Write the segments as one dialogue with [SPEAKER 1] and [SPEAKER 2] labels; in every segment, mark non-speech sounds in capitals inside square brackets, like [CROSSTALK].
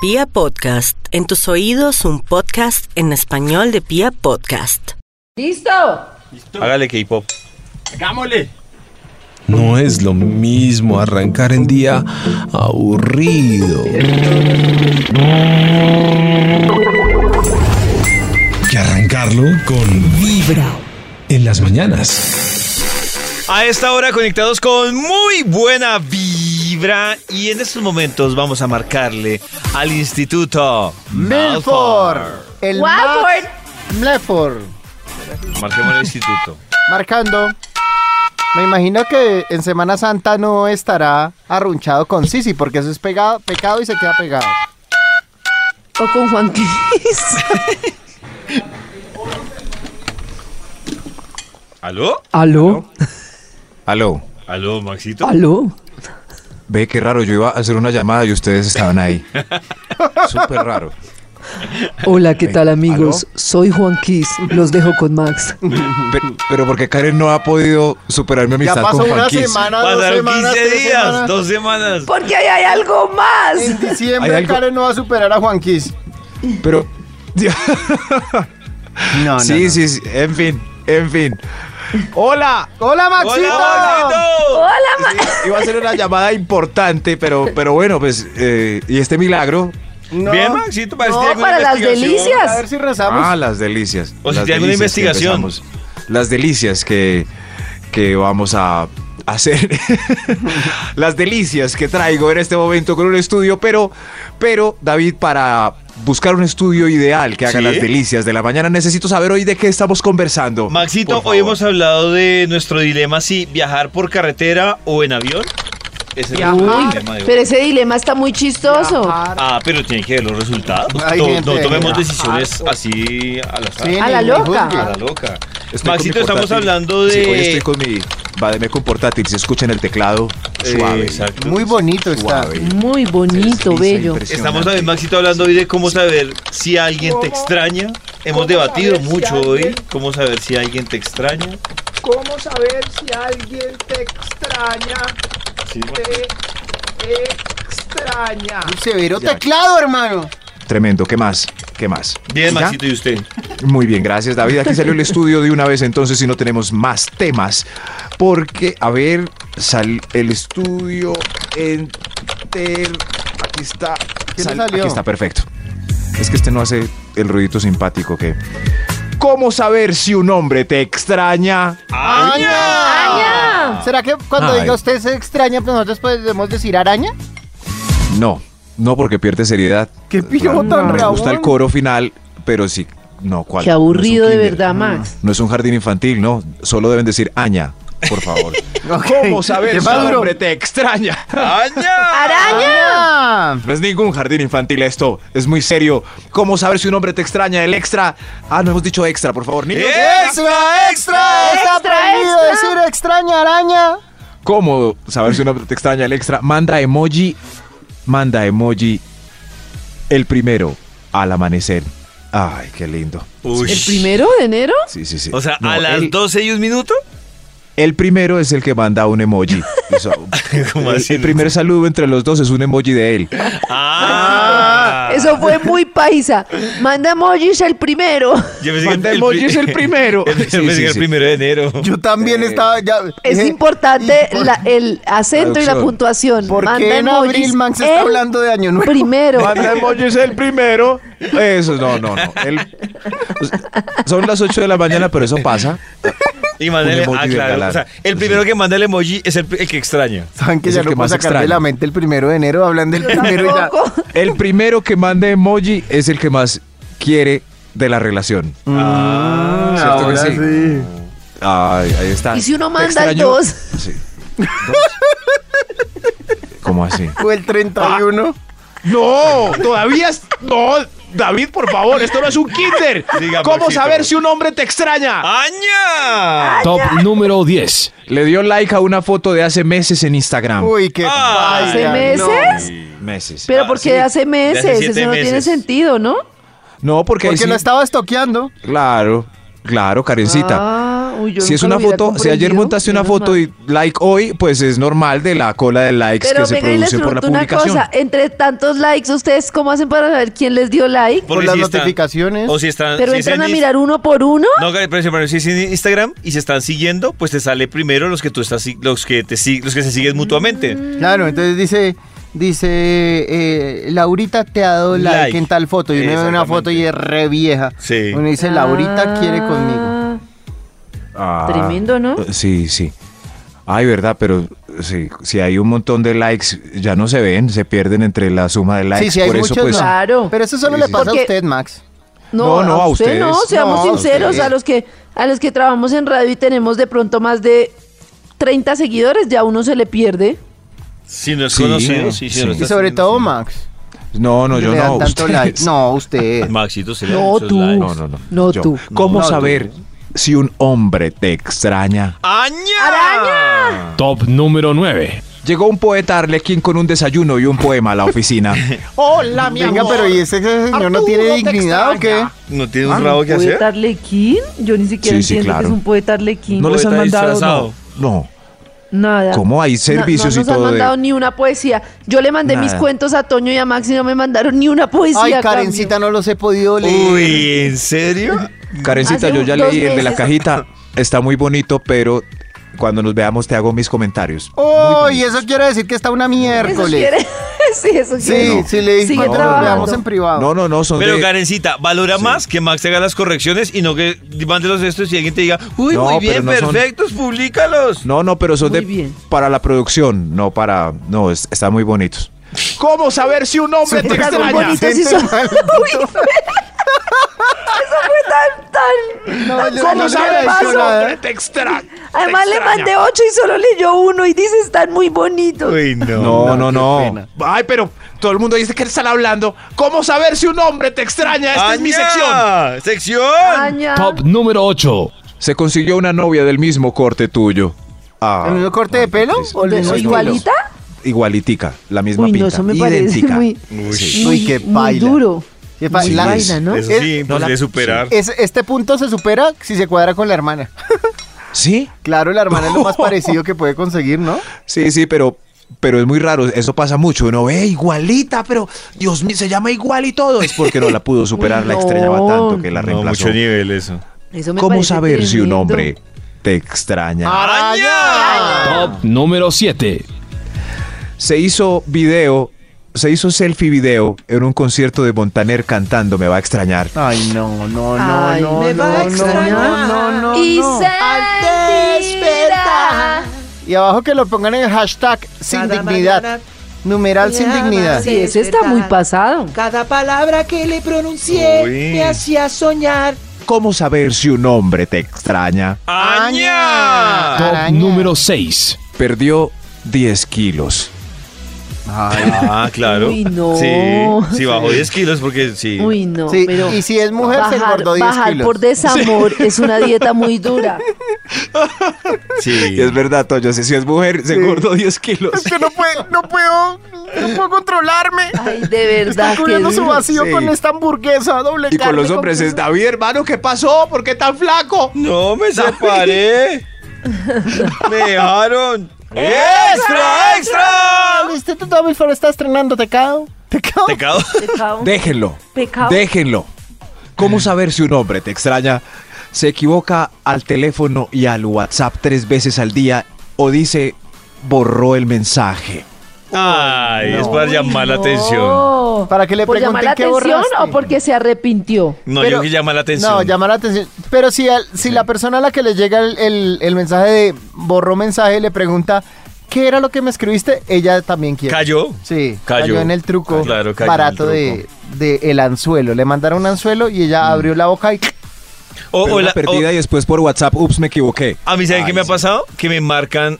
[SPEAKER 1] Pia Podcast, en tus oídos un podcast en español de Pia Podcast.
[SPEAKER 2] ¡Listo!
[SPEAKER 3] Hágale K-pop.
[SPEAKER 4] ¡Hagámosle!
[SPEAKER 5] No es lo mismo arrancar el día aburrido que arrancarlo con vibra en las mañanas.
[SPEAKER 3] A esta hora conectados con muy buena vibra y en estos momentos vamos a marcarle al Instituto
[SPEAKER 6] Milford. El
[SPEAKER 2] Watford.
[SPEAKER 6] Max Milford.
[SPEAKER 3] Marquemos el Instituto.
[SPEAKER 6] Marcando. Me imagino que en Semana Santa no estará arrunchado con Sisi, porque eso es pegado, pecado y se queda pegado.
[SPEAKER 2] O con Juan Cris.
[SPEAKER 3] ¿Aló?
[SPEAKER 6] Ah.
[SPEAKER 7] Aló,
[SPEAKER 8] Aló.
[SPEAKER 3] ¿Aló, Maxito?
[SPEAKER 7] aló.
[SPEAKER 8] Ve qué raro, yo iba a hacer una llamada y ustedes estaban
[SPEAKER 6] [LAUGHS]
[SPEAKER 8] ahí. Súper raro.
[SPEAKER 7] Hola, ¿qué
[SPEAKER 8] Ven,
[SPEAKER 7] tal amigos? Soy Juan Kiss, los dejo con Max.
[SPEAKER 8] Pero, pero porque Karen no ha podido superar mi
[SPEAKER 6] Ya
[SPEAKER 8] amistad
[SPEAKER 6] pasó
[SPEAKER 8] con Juan
[SPEAKER 6] una
[SPEAKER 8] Kiss.
[SPEAKER 6] semana, dos
[SPEAKER 3] Pasaron
[SPEAKER 6] semanas,
[SPEAKER 3] 15
[SPEAKER 6] tres
[SPEAKER 3] días,
[SPEAKER 6] semanas.
[SPEAKER 3] dos semanas.
[SPEAKER 2] Porque ahí hay algo más.
[SPEAKER 6] En diciembre
[SPEAKER 8] Hay algo-
[SPEAKER 6] Karen no va a superar a Juan Kiss.
[SPEAKER 8] Pero. [LAUGHS]
[SPEAKER 6] No, no,
[SPEAKER 8] sí,
[SPEAKER 6] no.
[SPEAKER 8] sí, sí. En fin, en fin. hola.
[SPEAKER 6] ¡Hola, Maxito!
[SPEAKER 3] ¡Hola, Maxito!
[SPEAKER 8] Iba a hacer una llamada importante, pero, pero bueno, pues. eh, ¿Y este milagro?
[SPEAKER 6] No.
[SPEAKER 3] Bien, Maxito, parece
[SPEAKER 6] No,
[SPEAKER 3] que hay alguna
[SPEAKER 2] para las
[SPEAKER 3] investigación.
[SPEAKER 2] delicias.
[SPEAKER 6] A ver si rezamos.
[SPEAKER 8] Ah, las delicias.
[SPEAKER 3] O si
[SPEAKER 8] Las
[SPEAKER 3] tiene alguna
[SPEAKER 8] delicias que
[SPEAKER 3] investigación.
[SPEAKER 8] empezamos. Las delicias que, que vamos a hacer. [LAUGHS] las delicias que traigo en este momento con un estudio, pero, pero David, para buscar un estudio ideal que haga
[SPEAKER 3] Sí.
[SPEAKER 8] las delicias de la mañana, necesito saber hoy de qué estamos conversando.
[SPEAKER 3] Maxito,
[SPEAKER 8] Por favor.
[SPEAKER 3] hoy hemos hablado de nuestro dilema si viajar por carretera o en avión. Ese es el dilema de hoy.
[SPEAKER 2] Pero ese dilema está muy chistoso.
[SPEAKER 6] Viajar.
[SPEAKER 3] Ah, pero tiene que ver los resultados.
[SPEAKER 6] Hay
[SPEAKER 3] no,
[SPEAKER 6] gente
[SPEAKER 3] no tomemos
[SPEAKER 6] ahí.
[SPEAKER 8] Ah,
[SPEAKER 3] decisiones así al azar.
[SPEAKER 6] Sí,
[SPEAKER 2] A
[SPEAKER 6] ni-
[SPEAKER 2] la
[SPEAKER 6] ni
[SPEAKER 2] loca.
[SPEAKER 6] juzgue.
[SPEAKER 3] A la loca.
[SPEAKER 8] Estoy con
[SPEAKER 3] Maxito,
[SPEAKER 8] mi
[SPEAKER 3] estamos
[SPEAKER 8] portátil.
[SPEAKER 3] hablando de.
[SPEAKER 8] Sí, hoy estoy con mi Vademécum portátil. Si escuchan el teclado,
[SPEAKER 3] Eh,
[SPEAKER 8] suave.
[SPEAKER 3] exacto.
[SPEAKER 6] Muy bonito está.
[SPEAKER 8] Suave.
[SPEAKER 7] Muy bonito,
[SPEAKER 8] Desliza
[SPEAKER 7] bello.
[SPEAKER 3] Estamos también, Maxito, hablando hoy de cómo saber si alguien te extraña. Hemos debatido mucho hoy cómo saber si alguien te extraña.
[SPEAKER 9] ¿Cómo saber si alguien te extraña? Eh, Te extraña.
[SPEAKER 6] Un severo teclado, hermano.
[SPEAKER 8] Tremendo. ¿Qué más? ¿Qué más?
[SPEAKER 3] Bien,
[SPEAKER 8] ¿Ya?
[SPEAKER 3] Maxito, ¿y usted?
[SPEAKER 8] Muy bien, gracias David. Aquí salió el estudio de una vez entonces y no tenemos más temas. Porque, a ver, sal, el estudio enter. Aquí está.
[SPEAKER 6] ¿Qué le salió?
[SPEAKER 8] Aquí está, perfecto. Es que este no hace el ruidito simpático que. ¿Cómo saber si un hombre te extraña?
[SPEAKER 6] ¡Aña! ¿Será que cuando
[SPEAKER 8] Ay.
[SPEAKER 6] diga usted se extraña, pues nosotros podemos decir araña?
[SPEAKER 8] No, no porque pierde seriedad.
[SPEAKER 6] Qué piro tan
[SPEAKER 8] Me gusta
[SPEAKER 6] rabón.
[SPEAKER 8] el coro final, pero sí. No, ¿cuál?
[SPEAKER 7] Qué
[SPEAKER 8] No es un
[SPEAKER 7] aburrido de
[SPEAKER 8] kinder.
[SPEAKER 7] verdad, Max.
[SPEAKER 8] No es un jardín infantil, no. Solo deben decir aña,
[SPEAKER 6] [LAUGHS]
[SPEAKER 8] por favor. ¿Cómo saber
[SPEAKER 6] Qué
[SPEAKER 8] si un
[SPEAKER 6] maduro.
[SPEAKER 8] hombre te extraña? [LAUGHS]
[SPEAKER 3] ¡Aña!
[SPEAKER 2] ¡Araña!
[SPEAKER 6] Ah,
[SPEAKER 8] No es ningún jardín infantil esto, es muy serio. ¿Cómo saber si un hombre te extraña? El extra. Ah, no hemos dicho extra, por favor. niños.
[SPEAKER 3] ¡Extra, extra!
[SPEAKER 6] está
[SPEAKER 2] Extra,
[SPEAKER 6] prohibido
[SPEAKER 2] extra.
[SPEAKER 6] decir extraña araña.
[SPEAKER 8] ¿Cómo saber si un hombre te extraña? El extra. Manda emoji. Manda emoji. El primero al amanecer. Ay, qué lindo.
[SPEAKER 3] Uy.
[SPEAKER 2] ¿El primero de enero?
[SPEAKER 8] Sí, sí, sí.
[SPEAKER 3] O sea,
[SPEAKER 8] No,
[SPEAKER 3] a las
[SPEAKER 8] el,
[SPEAKER 3] 12 y un minuto.
[SPEAKER 8] el primero es el que manda
[SPEAKER 3] [LAUGHS]
[SPEAKER 8] un emoji. O sea,
[SPEAKER 3] ¿Cómo
[SPEAKER 8] el-
[SPEAKER 3] así?
[SPEAKER 8] el primer saludo entre los dos es un emoji de él.
[SPEAKER 3] ¡Ah!
[SPEAKER 2] Eso fue muy paisa. Manda emojis el
[SPEAKER 6] [LAUGHS]
[SPEAKER 2] primero.
[SPEAKER 3] Yo pensé que
[SPEAKER 8] Manda
[SPEAKER 3] el- el
[SPEAKER 8] emoji
[SPEAKER 3] pri-
[SPEAKER 8] es el primero.
[SPEAKER 3] Yo pensé
[SPEAKER 8] Sí,
[SPEAKER 3] que [LAUGHS]
[SPEAKER 8] sí,
[SPEAKER 3] el
[SPEAKER 8] sí.
[SPEAKER 3] primero de enero.
[SPEAKER 6] Yo también estaba ya.
[SPEAKER 2] Es
[SPEAKER 6] dije,
[SPEAKER 2] importante
[SPEAKER 6] ¿y por-
[SPEAKER 2] la- el acento y la
[SPEAKER 8] Traducción.
[SPEAKER 2] puntuación.
[SPEAKER 6] ¿Por
[SPEAKER 2] Manda
[SPEAKER 6] qué en
[SPEAKER 2] emojis
[SPEAKER 6] abril man se está
[SPEAKER 2] el
[SPEAKER 6] hablando de año nuevo?
[SPEAKER 2] Primero.
[SPEAKER 8] Manda
[SPEAKER 2] [LAUGHS]
[SPEAKER 8] emoji es el primero. Eso, no, no, no. El- o sea, son las 8 de la mañana, pero eso pasa.
[SPEAKER 3] Y manda
[SPEAKER 8] Un
[SPEAKER 3] el-
[SPEAKER 8] emoji
[SPEAKER 3] ah,
[SPEAKER 8] del
[SPEAKER 3] claro.
[SPEAKER 8] galán.
[SPEAKER 3] O sea, el primero que manda el emoji es el, el que extraña.
[SPEAKER 6] Saben que
[SPEAKER 8] Es
[SPEAKER 6] ya
[SPEAKER 8] el
[SPEAKER 6] no
[SPEAKER 8] que
[SPEAKER 6] puedo
[SPEAKER 8] más
[SPEAKER 6] sacar de
[SPEAKER 8] extraño.
[SPEAKER 6] la mente el primero de enero hablando del primero y ya.
[SPEAKER 2] Tampoco.
[SPEAKER 8] El primero que manda emoji es el que más quiere de la relación.
[SPEAKER 3] Ah,
[SPEAKER 6] Mm,
[SPEAKER 8] ¿Cierto que
[SPEAKER 6] ahora
[SPEAKER 8] Ah, sí?
[SPEAKER 6] sí.
[SPEAKER 8] Ay, ahí está.
[SPEAKER 2] Y si uno
[SPEAKER 8] ¿Te
[SPEAKER 2] manda el
[SPEAKER 8] extraño?
[SPEAKER 2] dos.
[SPEAKER 8] Sí. ¿Dos? ¿Cómo así?
[SPEAKER 6] Fue el 31.
[SPEAKER 8] No, todavía es. No, David, por favor, esto no es un kinder.
[SPEAKER 3] Diga, Ah.
[SPEAKER 8] ¿Cómo
[SPEAKER 3] Maxito.
[SPEAKER 8] saber si un hombre te extraña?
[SPEAKER 3] ¡Aña!
[SPEAKER 5] Top número 10.
[SPEAKER 8] Le dio like a una foto de hace meses en Instagram.
[SPEAKER 6] Uy, qué
[SPEAKER 3] Ah,
[SPEAKER 6] paila,
[SPEAKER 2] ¿Hace
[SPEAKER 6] no.
[SPEAKER 2] meses?
[SPEAKER 8] meses.
[SPEAKER 2] Pero
[SPEAKER 3] Ah,
[SPEAKER 2] porque
[SPEAKER 3] sí.
[SPEAKER 2] hace meses.
[SPEAKER 3] siete
[SPEAKER 2] Eso no tiene
[SPEAKER 3] meses.
[SPEAKER 2] sentido, ¿no?
[SPEAKER 8] No, porque, ahí
[SPEAKER 6] Porque
[SPEAKER 8] sí-
[SPEAKER 6] lo estaba estoqueando.
[SPEAKER 8] Claro, claro, Karencita.
[SPEAKER 2] Ah, Uy, yo
[SPEAKER 8] si es
[SPEAKER 2] nunca
[SPEAKER 8] una
[SPEAKER 2] lo hubiera
[SPEAKER 8] foto, si ayer
[SPEAKER 2] comprendido,
[SPEAKER 8] montaste una
[SPEAKER 2] menos
[SPEAKER 8] foto
[SPEAKER 2] mal.
[SPEAKER 8] y like hoy, pues es normal de la cola de likes
[SPEAKER 2] Pero
[SPEAKER 8] que se
[SPEAKER 2] venga y les
[SPEAKER 8] produce por la
[SPEAKER 2] pregunto una
[SPEAKER 8] publicación.
[SPEAKER 2] cosa, entre tantos likes, ¿ustedes cómo hacen para saber quién les dio like?
[SPEAKER 6] Por
[SPEAKER 3] Porque
[SPEAKER 6] las
[SPEAKER 3] si están-
[SPEAKER 6] notificaciones.
[SPEAKER 3] o si están.
[SPEAKER 2] Pero
[SPEAKER 3] si
[SPEAKER 2] entran
[SPEAKER 3] están
[SPEAKER 2] a
[SPEAKER 3] en-
[SPEAKER 2] mirar uno por uno.
[SPEAKER 3] No, Gary, pero si- pero si es en Instagram y se están siguiendo, pues te sale primero los que tú estás, si- los que te si- los que se siguen mutuamente.
[SPEAKER 6] Claro, entonces dice, dice eh, Laurita te ha dado like,
[SPEAKER 3] Like.
[SPEAKER 6] en tal foto. Y uno ve una
[SPEAKER 3] Exactamente.
[SPEAKER 6] foto y es re vieja.
[SPEAKER 3] Sí.
[SPEAKER 6] Uno dice, Laurita
[SPEAKER 2] Ah.
[SPEAKER 6] quiere conmigo.
[SPEAKER 8] Ah,
[SPEAKER 2] Tremendo, ¿no?
[SPEAKER 8] Sí, sí. Ay, verdad, pero sí, si hay un montón de likes, ya no se ven, se pierden entre la suma de likes.
[SPEAKER 6] sí, sí, hay
[SPEAKER 8] por eso,
[SPEAKER 6] muchos.
[SPEAKER 8] pues,
[SPEAKER 6] no.
[SPEAKER 2] Claro.
[SPEAKER 6] Pero eso solo
[SPEAKER 8] Sí,
[SPEAKER 6] le
[SPEAKER 8] sí.
[SPEAKER 6] pasa
[SPEAKER 2] Porque-
[SPEAKER 6] a usted, Max.
[SPEAKER 2] No, no, a usted no,
[SPEAKER 8] ustedes.
[SPEAKER 2] seamos
[SPEAKER 6] No, a
[SPEAKER 2] sinceros,
[SPEAKER 6] ustedes.
[SPEAKER 2] a los que a los que trabajamos en radio y tenemos de pronto más de 30 seguidores, ya uno se le pierde.
[SPEAKER 3] Si no es
[SPEAKER 8] Sí,
[SPEAKER 3] conocido, sí, sí,
[SPEAKER 8] sí.
[SPEAKER 3] lo
[SPEAKER 6] Y
[SPEAKER 3] estás
[SPEAKER 6] sobre
[SPEAKER 3] haciendo,
[SPEAKER 6] todo,
[SPEAKER 3] sí.
[SPEAKER 6] Max.
[SPEAKER 8] No, no,
[SPEAKER 6] que
[SPEAKER 8] yo
[SPEAKER 6] le dan
[SPEAKER 8] no.
[SPEAKER 6] tanto
[SPEAKER 8] ustedes.
[SPEAKER 6] like. No,
[SPEAKER 8] [LAUGHS]
[SPEAKER 6] usted.
[SPEAKER 3] Maxito se le dan
[SPEAKER 7] No
[SPEAKER 3] [LAUGHS] esos
[SPEAKER 7] tú.
[SPEAKER 3] likes.
[SPEAKER 8] No, no, no.
[SPEAKER 7] No,
[SPEAKER 8] Yo.
[SPEAKER 7] tú.
[SPEAKER 8] ¿Cómo
[SPEAKER 3] No, tú.
[SPEAKER 8] saber si un hombre te extraña?
[SPEAKER 3] ¡Aña!
[SPEAKER 5] Top número 9.
[SPEAKER 8] Llegó un poeta Arlequín con un desayuno y un poema a
[SPEAKER 3] [LAUGHS]
[SPEAKER 8] la oficina.
[SPEAKER 6] Hola, mi Venga, pero ¿y ese señor no tiene dignidad o qué?
[SPEAKER 3] ¿No tiene un
[SPEAKER 2] Ah,
[SPEAKER 3] rabo que hacer?
[SPEAKER 7] ¿Poeta Arlequín? Yo ni siquiera
[SPEAKER 8] Sí, sí,
[SPEAKER 7] entiendo
[SPEAKER 8] claro.
[SPEAKER 7] que es un poeta Arlequín.
[SPEAKER 8] ¿No les han
[SPEAKER 3] poeta
[SPEAKER 8] mandado?
[SPEAKER 3] disfrazado.
[SPEAKER 8] No. no.
[SPEAKER 7] Nada.
[SPEAKER 8] ¿Cómo hay
[SPEAKER 2] No-
[SPEAKER 8] servicios
[SPEAKER 2] no,
[SPEAKER 8] y todo
[SPEAKER 2] nos han
[SPEAKER 8] de-
[SPEAKER 2] mandado ni una poesía. Yo le mandé mis
[SPEAKER 8] Nada.
[SPEAKER 2] cuentos a Toño y a Max y no me mandaron ni una poesía.
[SPEAKER 6] Ay,
[SPEAKER 2] a cambio.
[SPEAKER 6] Karencita, no los he podido leer.
[SPEAKER 3] Uy, ¿en serio?
[SPEAKER 8] Karencita,
[SPEAKER 2] Hace
[SPEAKER 8] yo
[SPEAKER 2] un-
[SPEAKER 8] ya
[SPEAKER 2] dos
[SPEAKER 8] leí el de la
[SPEAKER 2] meses.
[SPEAKER 8] cajita. Está muy bonito, pero cuando nos veamos te hago mis comentarios.
[SPEAKER 6] Oh, y eso quiere decir que está una
[SPEAKER 2] Eso
[SPEAKER 6] miércoles.
[SPEAKER 2] quiere- [LAUGHS] sí, eso
[SPEAKER 6] Sí,
[SPEAKER 2] quiere.
[SPEAKER 6] sí, le dije
[SPEAKER 2] Sigue
[SPEAKER 6] cuando nos
[SPEAKER 2] trabajando.
[SPEAKER 6] veamos en privado.
[SPEAKER 8] No, no, no, son
[SPEAKER 3] Pero
[SPEAKER 8] de-
[SPEAKER 3] Karencita, valora más que Max te haga las correcciones y no que mande los estos y alguien te diga, uy,
[SPEAKER 8] No,
[SPEAKER 3] muy
[SPEAKER 8] pero
[SPEAKER 3] bien,
[SPEAKER 8] no son-
[SPEAKER 3] perfectos, publícalos.
[SPEAKER 8] No, no, pero son
[SPEAKER 7] Muy
[SPEAKER 8] de
[SPEAKER 7] bien.
[SPEAKER 8] para la producción, no para, no, es- están muy bonitos. ¿Cómo saber si un hombre te
[SPEAKER 2] Están muy bonitos y son- Uy, eso fue tan, tan...
[SPEAKER 6] No, yo-
[SPEAKER 2] tan
[SPEAKER 6] yo
[SPEAKER 2] al
[SPEAKER 6] no había dicho
[SPEAKER 2] paso.
[SPEAKER 6] nada. ¿eh?
[SPEAKER 8] te extraña?
[SPEAKER 2] Además le mandé ocho y solo leyó uno y dice están muy bonitos.
[SPEAKER 3] Uy, no.
[SPEAKER 8] No, no,
[SPEAKER 6] qué
[SPEAKER 8] no.
[SPEAKER 6] pena.
[SPEAKER 8] Ay, pero todo el mundo dice que están hablando. ¿Cómo saber si un hombre te extraña? Esta es mi sección.
[SPEAKER 3] sección. ¡Sección!
[SPEAKER 2] Aña.
[SPEAKER 5] Top número 8.
[SPEAKER 8] Se consiguió una novia del mismo corte tuyo. Ah,
[SPEAKER 6] ¿El mismo corte de pelo?
[SPEAKER 8] triste.
[SPEAKER 6] ¿O el
[SPEAKER 2] ¿De-
[SPEAKER 6] mismo estilo?
[SPEAKER 2] ¿Igualita?
[SPEAKER 8] Igualitica, la misma
[SPEAKER 7] Uy,
[SPEAKER 8] pinta.
[SPEAKER 7] no, eso me
[SPEAKER 8] idéntica.
[SPEAKER 7] parece muy,
[SPEAKER 3] Uy,
[SPEAKER 6] Uy, qué
[SPEAKER 7] muy
[SPEAKER 6] paila.
[SPEAKER 7] duro.
[SPEAKER 6] Qué pa-
[SPEAKER 8] Sí,
[SPEAKER 6] la-
[SPEAKER 8] es-
[SPEAKER 7] Vaina, ¿no?
[SPEAKER 3] Eso
[SPEAKER 6] Es-
[SPEAKER 3] sí,
[SPEAKER 8] no
[SPEAKER 3] imposible
[SPEAKER 8] la-
[SPEAKER 3] de superar.
[SPEAKER 6] es- este punto se supera si se cuadra con la hermana. [LAUGHS]
[SPEAKER 8] ¿Sí?
[SPEAKER 6] Claro, la hermana es [LAUGHS] lo más parecido que puede conseguir, ¿no?
[SPEAKER 8] Sí, sí, pero, pero es muy raro. Eso pasa mucho. Uno ve igualita, pero Dios mío, se llama igual y todo. Es porque no la
[SPEAKER 7] [LAUGHS]
[SPEAKER 8] pudo superar, la
[SPEAKER 7] no.
[SPEAKER 8] estrellaba tanto que la
[SPEAKER 3] no,
[SPEAKER 8] reemplazó.
[SPEAKER 3] mucho nivel eso.
[SPEAKER 2] Eso me
[SPEAKER 8] ¿Cómo
[SPEAKER 2] parece
[SPEAKER 8] saber si un
[SPEAKER 2] tremendo.
[SPEAKER 8] hombre te extraña?
[SPEAKER 6] ¡Araña!
[SPEAKER 5] Top número 7.
[SPEAKER 8] Se hizo video, se hizo selfie video en un concierto de Montaner cantando Me va a extrañar.
[SPEAKER 6] Ay, no, no, no,
[SPEAKER 7] Ay,
[SPEAKER 6] no,
[SPEAKER 7] me
[SPEAKER 6] no,
[SPEAKER 7] va a
[SPEAKER 6] no,
[SPEAKER 7] extrañar.
[SPEAKER 6] no, no, no,
[SPEAKER 2] Y
[SPEAKER 6] no.
[SPEAKER 2] se
[SPEAKER 6] Al
[SPEAKER 2] despertar.
[SPEAKER 6] Y abajo que lo pongan en el hashtag sin dignidad. Numeral sin dignidad.
[SPEAKER 7] Sí, ese está muy pasado.
[SPEAKER 9] Cada palabra que le pronuncié
[SPEAKER 3] Uy.
[SPEAKER 9] me hacía soñar.
[SPEAKER 8] ¿Cómo saber si un hombre te extraña?
[SPEAKER 3] ¡Aña!
[SPEAKER 5] Top
[SPEAKER 6] Araña.
[SPEAKER 5] número 6.
[SPEAKER 8] Perdió 10 kilos.
[SPEAKER 3] Ah, claro.
[SPEAKER 7] Uy, no.
[SPEAKER 3] Sí, sí, bajó 10 kilos porque sí.
[SPEAKER 7] Uy, no,
[SPEAKER 6] Sí,
[SPEAKER 7] pero
[SPEAKER 6] y si es mujer, se
[SPEAKER 7] bajar,
[SPEAKER 6] engordó 10
[SPEAKER 7] bajar
[SPEAKER 6] kilos.
[SPEAKER 7] por desamor es una dieta
[SPEAKER 6] [LAUGHS]
[SPEAKER 7] muy dura.
[SPEAKER 3] Sí.
[SPEAKER 8] Y es verdad, Toyo, si si es mujer, se engordó 10
[SPEAKER 6] [LAUGHS]
[SPEAKER 8] kilos.
[SPEAKER 6] que no puedo, no puedo,
[SPEAKER 7] [LAUGHS]
[SPEAKER 6] no puedo controlarme.
[SPEAKER 7] Ay, de verdad que duro.
[SPEAKER 8] Sí.
[SPEAKER 6] esta hamburguesa doble
[SPEAKER 8] Y con los
[SPEAKER 6] carne,
[SPEAKER 8] hombres
[SPEAKER 6] queso.
[SPEAKER 8] es David, hermano, ¿qué pasó? ¿Por qué tan flaco?
[SPEAKER 3] No, me separé.
[SPEAKER 7] [LAUGHS]
[SPEAKER 3] me dejaron. ¡Extra, extra!
[SPEAKER 6] Instituto Davidson está estrenando Tecado. Tecado.
[SPEAKER 3] Pecado.
[SPEAKER 7] Pecado.
[SPEAKER 8] Déjenlo.
[SPEAKER 7] Pecado.
[SPEAKER 8] Déjenlo. ¿Cómo saber si un hombre te extraña? Se equivoca al teléfono y al WhatsApp tres veces al día o dice borró el mensaje.
[SPEAKER 3] Ay, es para llamar la
[SPEAKER 7] No.
[SPEAKER 3] atención.
[SPEAKER 6] Para que le
[SPEAKER 2] ¿Por llamar la
[SPEAKER 6] pregunten qué
[SPEAKER 2] atención
[SPEAKER 6] borraste.
[SPEAKER 2] o porque se arrepintió?
[SPEAKER 3] No,
[SPEAKER 6] Pero-
[SPEAKER 3] yo que llama la atención.
[SPEAKER 6] No, llamar la atención. Pero si, al- si la persona a la que le llega el, el- el mensaje de borró mensaje le pregunta qué era lo que me escribiste, ella también quiere.
[SPEAKER 3] Cayó.
[SPEAKER 6] Sí,
[SPEAKER 3] Cayó. Ah,
[SPEAKER 6] cayó, en el truco
[SPEAKER 3] Claro, cayó en el
[SPEAKER 6] barato
[SPEAKER 3] truco. Mm.
[SPEAKER 6] De, de el anzuelo. Le mandaron un anzuelo y ella abrió la boca y
[SPEAKER 3] O,
[SPEAKER 8] Pero
[SPEAKER 3] o
[SPEAKER 8] una
[SPEAKER 3] la- o-
[SPEAKER 8] perdida y después por WhatsApp, ups, me equivoqué.
[SPEAKER 3] a mí, ¿saben
[SPEAKER 8] Ay,
[SPEAKER 3] qué me ha
[SPEAKER 8] sí.
[SPEAKER 3] pasado? Que me marcan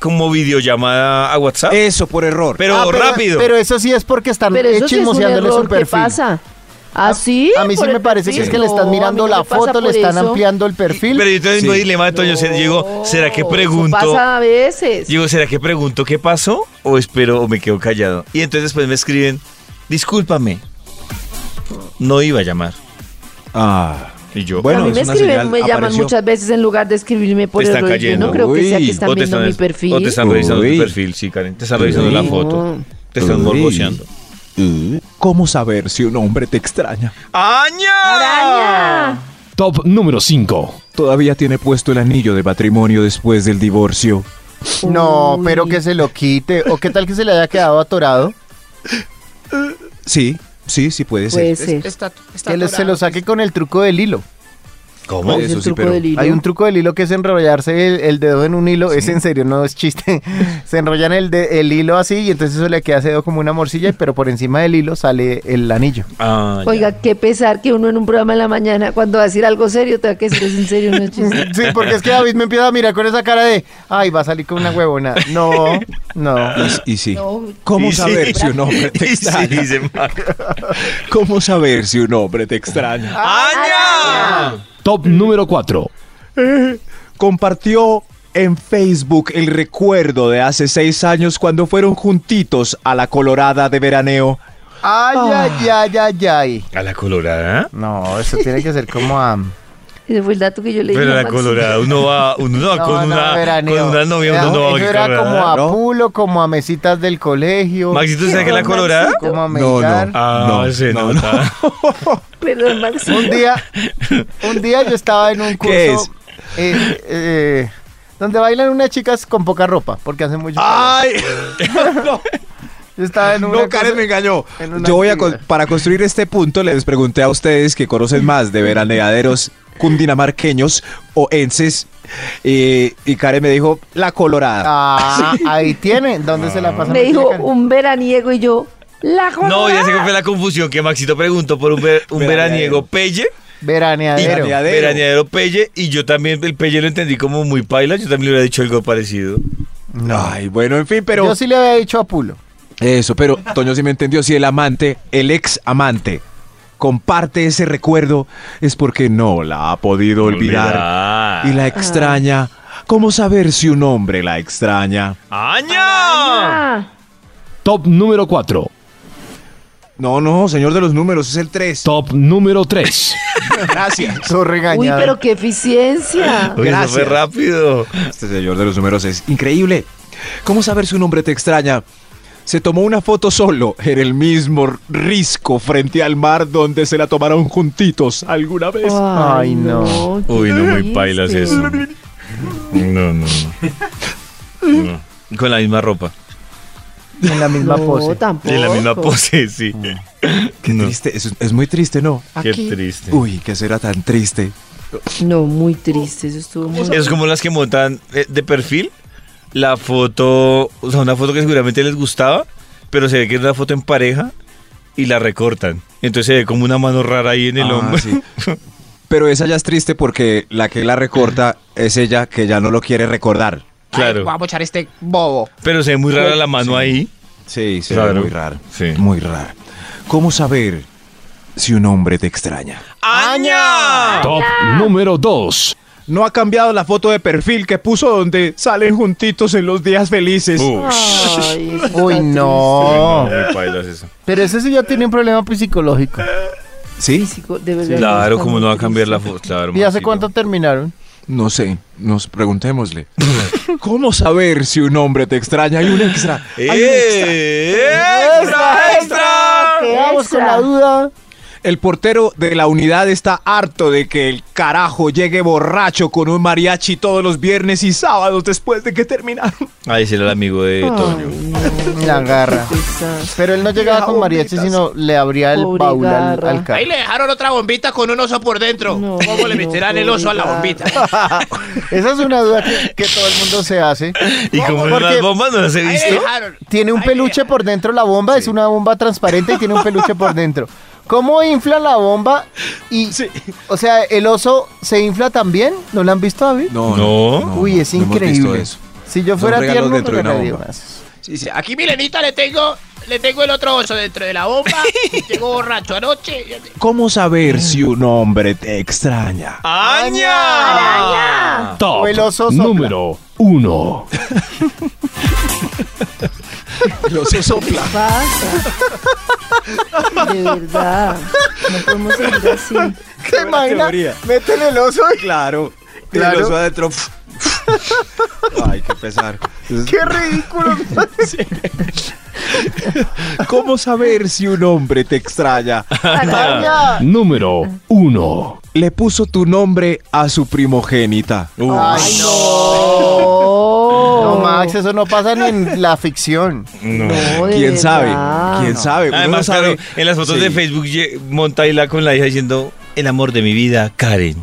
[SPEAKER 3] como videollamada a WhatsApp.
[SPEAKER 8] Eso por error.
[SPEAKER 3] Ah. pero
[SPEAKER 6] Ah,
[SPEAKER 3] rápido.
[SPEAKER 6] Pero eso sí es porque están
[SPEAKER 2] Pero eso sí es un
[SPEAKER 6] chismoseándole su
[SPEAKER 2] error. ¿Qué
[SPEAKER 6] perfil.
[SPEAKER 2] pasa? ¿Ah, sí?
[SPEAKER 6] A mí sí
[SPEAKER 2] ¿Por
[SPEAKER 6] me
[SPEAKER 2] el
[SPEAKER 6] parece que es
[SPEAKER 2] perfil?
[SPEAKER 6] que le
[SPEAKER 2] No, a
[SPEAKER 6] están
[SPEAKER 2] mí
[SPEAKER 6] mirando
[SPEAKER 2] no
[SPEAKER 6] la
[SPEAKER 2] me pasa
[SPEAKER 6] foto, le
[SPEAKER 2] por
[SPEAKER 6] están
[SPEAKER 2] eso.
[SPEAKER 6] ampliando el perfil.
[SPEAKER 3] Pero yo tengo el mismo
[SPEAKER 8] Sí.
[SPEAKER 3] dilema de Toño. se- Digo, ¿será que
[SPEAKER 2] No,
[SPEAKER 3] pregunto?
[SPEAKER 2] Eso pasa a veces.
[SPEAKER 3] Digo, ¿será que pregunto qué pasó? ¿O espero o me quedo callado? Y entonces después me escriben, discúlpame, no iba a llamar.
[SPEAKER 8] Ah, Y yo,
[SPEAKER 7] a
[SPEAKER 8] bueno,
[SPEAKER 7] mí me
[SPEAKER 8] es una
[SPEAKER 7] escriben,
[SPEAKER 8] señal,
[SPEAKER 7] me llaman
[SPEAKER 8] apareció.
[SPEAKER 7] muchas veces en lugar de escribirme por
[SPEAKER 3] Te están
[SPEAKER 7] error. y Yo
[SPEAKER 3] cayendo.
[SPEAKER 7] no creo que sea
[SPEAKER 8] Uy.
[SPEAKER 7] que están
[SPEAKER 3] O te
[SPEAKER 7] viendo mi perfil.
[SPEAKER 3] O te están revisando
[SPEAKER 8] Uy.
[SPEAKER 3] tu perfil, sí, Karen. Te están revisando la
[SPEAKER 8] Uy.
[SPEAKER 3] foto. Te están
[SPEAKER 8] Uy.
[SPEAKER 3] morboseando.
[SPEAKER 8] ¿Cómo saber si un hombre te extraña?
[SPEAKER 3] ¡Aña!
[SPEAKER 5] Top número 5.
[SPEAKER 8] Todavía tiene puesto el anillo de matrimonio después del divorcio.
[SPEAKER 6] No, pero que se lo quite. ¿O qué tal que se le haya quedado atorado?
[SPEAKER 8] Sí, sí, sí puede ser.
[SPEAKER 7] Puede ser.
[SPEAKER 6] que le- se lo
[SPEAKER 2] pues.
[SPEAKER 6] saque con el truco del hilo.
[SPEAKER 3] ¿Cómo?
[SPEAKER 7] Es
[SPEAKER 8] eso
[SPEAKER 7] pues, el
[SPEAKER 8] sí,
[SPEAKER 7] truco
[SPEAKER 8] pero-
[SPEAKER 7] del hilo.
[SPEAKER 6] Hay un truco del hilo que es enrollarse el, el dedo en un hilo. Es en serio, no es chiste. [LAUGHS] se enrollan el, de- el hilo así y entonces eso le queda ese dedo como una morcilla, pero por encima del hilo sale el anillo.
[SPEAKER 3] Ah, ya.
[SPEAKER 7] Oiga, qué pesar que uno en un programa en la mañana, cuando va a decir algo serio, te va a que decir es en serio, no es chiste.
[SPEAKER 3] [LAUGHS]
[SPEAKER 6] Sí, porque es que David me empieza a mirar con esa cara de, ay, va a salir con una huevona. No, no.
[SPEAKER 2] Ah.
[SPEAKER 8] Y, y sí.
[SPEAKER 7] No,
[SPEAKER 8] ¿Cómo
[SPEAKER 3] Y sí.
[SPEAKER 8] saber si un [LAUGHS] hombre te
[SPEAKER 3] Y sí,
[SPEAKER 8] extraña?
[SPEAKER 3] dice Max.
[SPEAKER 8] ¿Cómo saber si un hombre te extraña?
[SPEAKER 3] ¡Aña!
[SPEAKER 5] Top número 4.
[SPEAKER 8] [LAUGHS] Compartió en Facebook el recuerdo de hace seis años cuando fueron juntitos a la Colorada de veraneo.
[SPEAKER 6] Ay, ay, ay, ay, ay.
[SPEAKER 3] ¿A la colorada?
[SPEAKER 6] No, eso tiene que ser como a...
[SPEAKER 7] Ese fue el dato que yo le dije.
[SPEAKER 3] Pero a
[SPEAKER 7] a
[SPEAKER 3] la
[SPEAKER 7] Max.
[SPEAKER 3] colorada, uno va, uno no va
[SPEAKER 6] No,
[SPEAKER 3] con,
[SPEAKER 6] no,
[SPEAKER 3] una,
[SPEAKER 6] veraneo.
[SPEAKER 3] con una novia,
[SPEAKER 6] Era-
[SPEAKER 3] uno no va
[SPEAKER 6] eso
[SPEAKER 3] con
[SPEAKER 6] era como
[SPEAKER 3] colorada.
[SPEAKER 6] a
[SPEAKER 8] ¿no?
[SPEAKER 6] pulo, como a mesitas del colegio.
[SPEAKER 3] Maxito, ¿sabes qué es la colorada?
[SPEAKER 6] Como a
[SPEAKER 8] No,
[SPEAKER 6] meditar.
[SPEAKER 8] no.
[SPEAKER 3] Ah,
[SPEAKER 8] No,
[SPEAKER 3] se
[SPEAKER 8] no,
[SPEAKER 3] nota.
[SPEAKER 7] [LAUGHS] Perdón, Max.
[SPEAKER 6] Un día, un día yo estaba en un curso
[SPEAKER 8] ¿Qué
[SPEAKER 6] eh, eh, donde bailan unas chicas con poca ropa, porque hace mucho [LAUGHS] calor.
[SPEAKER 8] ¡Ay!
[SPEAKER 6] Yo estaba en una
[SPEAKER 8] [LAUGHS] No, Karen
[SPEAKER 6] cosa-
[SPEAKER 8] me engañó.
[SPEAKER 6] en una
[SPEAKER 8] Yo voy a con-
[SPEAKER 6] actividad.
[SPEAKER 8] para construir este punto les pregunté a ustedes que conocen más de veraneaderos cundinamarqueños o enses eh, y Karen me dijo la Colorada.
[SPEAKER 6] Ah, ahí tiene, ¿dónde se la pasan?
[SPEAKER 7] Me
[SPEAKER 6] los
[SPEAKER 7] dijo
[SPEAKER 6] chicas?
[SPEAKER 7] un veraniego y yo, la colorada.
[SPEAKER 3] No, ya sé que fue la confusión que Maxito preguntó por un, ver- un veraniego Pelle. y-
[SPEAKER 6] Veraneadero.
[SPEAKER 8] Veraneadero.
[SPEAKER 3] Veraneadero Pelle. Y yo también, el Pelle lo entendí como muy paila. Yo también le hubiera dicho algo parecido.
[SPEAKER 8] Ay, bueno, en fin, pero
[SPEAKER 6] Yo sí le había dicho a Pulo.
[SPEAKER 8] eso, pero Toño sí me entendió. Si el amante, el ex amante, comparte ese recuerdo, es porque no la ha podido olvidar
[SPEAKER 3] Olvidar.
[SPEAKER 8] y la extraña. ¿Cómo saber si un hombre la extraña?
[SPEAKER 3] ¡Aña!
[SPEAKER 7] Ah,
[SPEAKER 5] Top número 4.
[SPEAKER 8] No, no, señor de los números, es el 3.
[SPEAKER 5] Top número 3.
[SPEAKER 8] Gracias.
[SPEAKER 6] Todo
[SPEAKER 7] uy,
[SPEAKER 6] regañado.
[SPEAKER 7] pero qué eficiencia.
[SPEAKER 3] Oye, eso fue
[SPEAKER 8] Gracias.
[SPEAKER 3] rápido.
[SPEAKER 8] Este señor de los números es increíble. ¿Cómo saber si un hombre te extraña? Se tomó una foto solo en el mismo risco frente al mar donde se la tomaron juntitos alguna vez.
[SPEAKER 6] Pues, Ay, no.
[SPEAKER 7] qué
[SPEAKER 3] Uy, no, muy
[SPEAKER 7] triste.
[SPEAKER 3] pailas eso. No, no, no. No. Y Con la misma ropa.
[SPEAKER 6] En la misma
[SPEAKER 7] No,
[SPEAKER 6] pose.
[SPEAKER 7] tampoco.
[SPEAKER 3] Y en la misma pose, sí.
[SPEAKER 8] Mm. Qué
[SPEAKER 3] No.
[SPEAKER 8] triste, es, es muy triste, ¿no?
[SPEAKER 3] Qué triste.
[SPEAKER 8] Uy, que será tan triste.
[SPEAKER 7] No, muy triste, eso estuvo muy...
[SPEAKER 3] Es como las que montan eh, de perfil la foto, o sea, una foto que seguramente les gustaba, pero se ve que es una foto en pareja y la recortan. Entonces se ve como una mano rara ahí en el
[SPEAKER 8] Ah,
[SPEAKER 3] hombro. [LAUGHS]
[SPEAKER 8] sí. Pero esa ya es triste porque la que la recorta es ella que ya no lo quiere recordar.
[SPEAKER 3] Claro.
[SPEAKER 4] Vamos a echar este bobo.
[SPEAKER 3] Pero se ve muy rara la mano ahí.
[SPEAKER 8] Sí, sí,
[SPEAKER 3] Claro.
[SPEAKER 8] muy raro.
[SPEAKER 3] Sí.
[SPEAKER 8] Muy raro. ¿Cómo saber si un hombre te extraña?
[SPEAKER 3] ¡Aña!
[SPEAKER 5] Top número 2.
[SPEAKER 8] No ha cambiado la foto de perfil que puso donde salen juntitos en los días felices.
[SPEAKER 3] Uh.
[SPEAKER 7] Ay, eso está
[SPEAKER 6] Uy,
[SPEAKER 8] Ah.
[SPEAKER 6] no.
[SPEAKER 3] Muy pailas eso.
[SPEAKER 6] Pero ese sí ya tiene un problema psicológico.
[SPEAKER 8] ¿Sí?
[SPEAKER 7] Físico, de verdad.
[SPEAKER 3] Claro,
[SPEAKER 7] está
[SPEAKER 3] como
[SPEAKER 7] muy
[SPEAKER 3] no va a cambiar la
[SPEAKER 7] triste.
[SPEAKER 3] foto. Claro,
[SPEAKER 6] ¿Y hace
[SPEAKER 3] Maxito.
[SPEAKER 6] cuánto terminaron?
[SPEAKER 8] No sé, nos preguntémosle. [LAUGHS] ¿Cómo saber si un hombre te extraña? Hay un extra. hay un extra.
[SPEAKER 3] ¡Eh! ¡Extra, extra!
[SPEAKER 6] Quedamos con la duda.
[SPEAKER 8] El portero de la unidad está harto de que el carajo llegue borracho con un mariachi todos los viernes y sábados después de que terminaron.
[SPEAKER 3] Ahí será el amigo de Toño.
[SPEAKER 6] La garra.
[SPEAKER 7] Pesar.
[SPEAKER 6] Pero él no llegaba con mariachi, sino le abría el
[SPEAKER 7] Pobre
[SPEAKER 6] baúl al,
[SPEAKER 7] garra.
[SPEAKER 6] al carro.
[SPEAKER 4] Ahí le dejaron otra bombita con un oso por dentro.
[SPEAKER 7] No,
[SPEAKER 4] ¿Cómo le
[SPEAKER 7] no,
[SPEAKER 4] meterán el oso a la bombita?
[SPEAKER 6] Esa es una duda que, que todo el mundo se hace.
[SPEAKER 3] Y como
[SPEAKER 6] Porque
[SPEAKER 3] las bombas no las he
[SPEAKER 4] Ahí le
[SPEAKER 3] visto.
[SPEAKER 4] dejaron.
[SPEAKER 6] Tiene un
[SPEAKER 4] Ahí le
[SPEAKER 6] peluche
[SPEAKER 4] dejaron.
[SPEAKER 6] por dentro la bomba, es una bomba transparente y tiene un peluche por dentro. ¿Cómo inflan la bomba? Y, o sea, el oso se infla también. ¿No lo han visto, David?
[SPEAKER 8] No,
[SPEAKER 3] No.
[SPEAKER 6] Uy, es
[SPEAKER 8] no hemos visto
[SPEAKER 6] increíble.
[SPEAKER 8] eso.
[SPEAKER 6] Si yo
[SPEAKER 8] Son
[SPEAKER 6] fuera tierno,
[SPEAKER 8] regalos
[SPEAKER 6] me
[SPEAKER 8] dentro de una
[SPEAKER 6] regalaría
[SPEAKER 8] bomba.
[SPEAKER 6] unas.
[SPEAKER 4] Sí, sí, Aquí, Milenita, le tengo, le tengo el otro oso dentro de
[SPEAKER 9] [LAUGHS]
[SPEAKER 4] la bomba. Llegó borracho anoche.
[SPEAKER 8] ¿Cómo saber si un hombre te extraña?
[SPEAKER 4] Ah,
[SPEAKER 3] ¡Aña!
[SPEAKER 5] Top
[SPEAKER 6] O el oso sopla.
[SPEAKER 5] número 1.
[SPEAKER 8] [LAUGHS] Los sopla.
[SPEAKER 3] [LAUGHS]
[SPEAKER 7] pasa? De verdad. No podemos seguir así.
[SPEAKER 6] ¿Te imaginas?
[SPEAKER 8] teoría.
[SPEAKER 6] Métele el oso [LAUGHS] y...
[SPEAKER 8] Claro.
[SPEAKER 6] Claro.
[SPEAKER 8] Claro. Y los adentro. [LAUGHS] Ay, qué pesar.
[SPEAKER 6] ¡Qué ridículo!
[SPEAKER 8] ¿Cómo saber si un hombre te extraña?
[SPEAKER 6] ¡Araña!
[SPEAKER 5] Número 1.
[SPEAKER 8] Le puso tu nombre a su primogénita.
[SPEAKER 6] ¡Ay,
[SPEAKER 8] Oh.
[SPEAKER 6] no! No, Max, eso no pasa ni en la ficción.
[SPEAKER 3] No.
[SPEAKER 7] No, de
[SPEAKER 8] [LAUGHS] ¿Quién sabe?
[SPEAKER 7] verdad.
[SPEAKER 8] ¿Quién sabe? Uno
[SPEAKER 3] Además,
[SPEAKER 8] no sabe.
[SPEAKER 3] claro, en las fotos
[SPEAKER 8] Sí.
[SPEAKER 3] de Facebook ye- Montaila con la hija diciendo el amor de mi vida, Karen.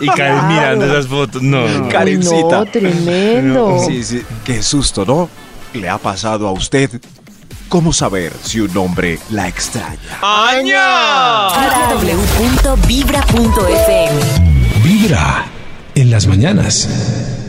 [SPEAKER 3] y Karen
[SPEAKER 7] claro.
[SPEAKER 3] mirando esas fotos. No. no.
[SPEAKER 8] Karencita.
[SPEAKER 7] No, tremendo.
[SPEAKER 8] Sí, sí. Qué susto, ¿no? ¿Le ha pasado a usted? ¿Cómo saber si un hombre la extraña?
[SPEAKER 1] www.vibra.fm
[SPEAKER 5] Vibra en las mañanas.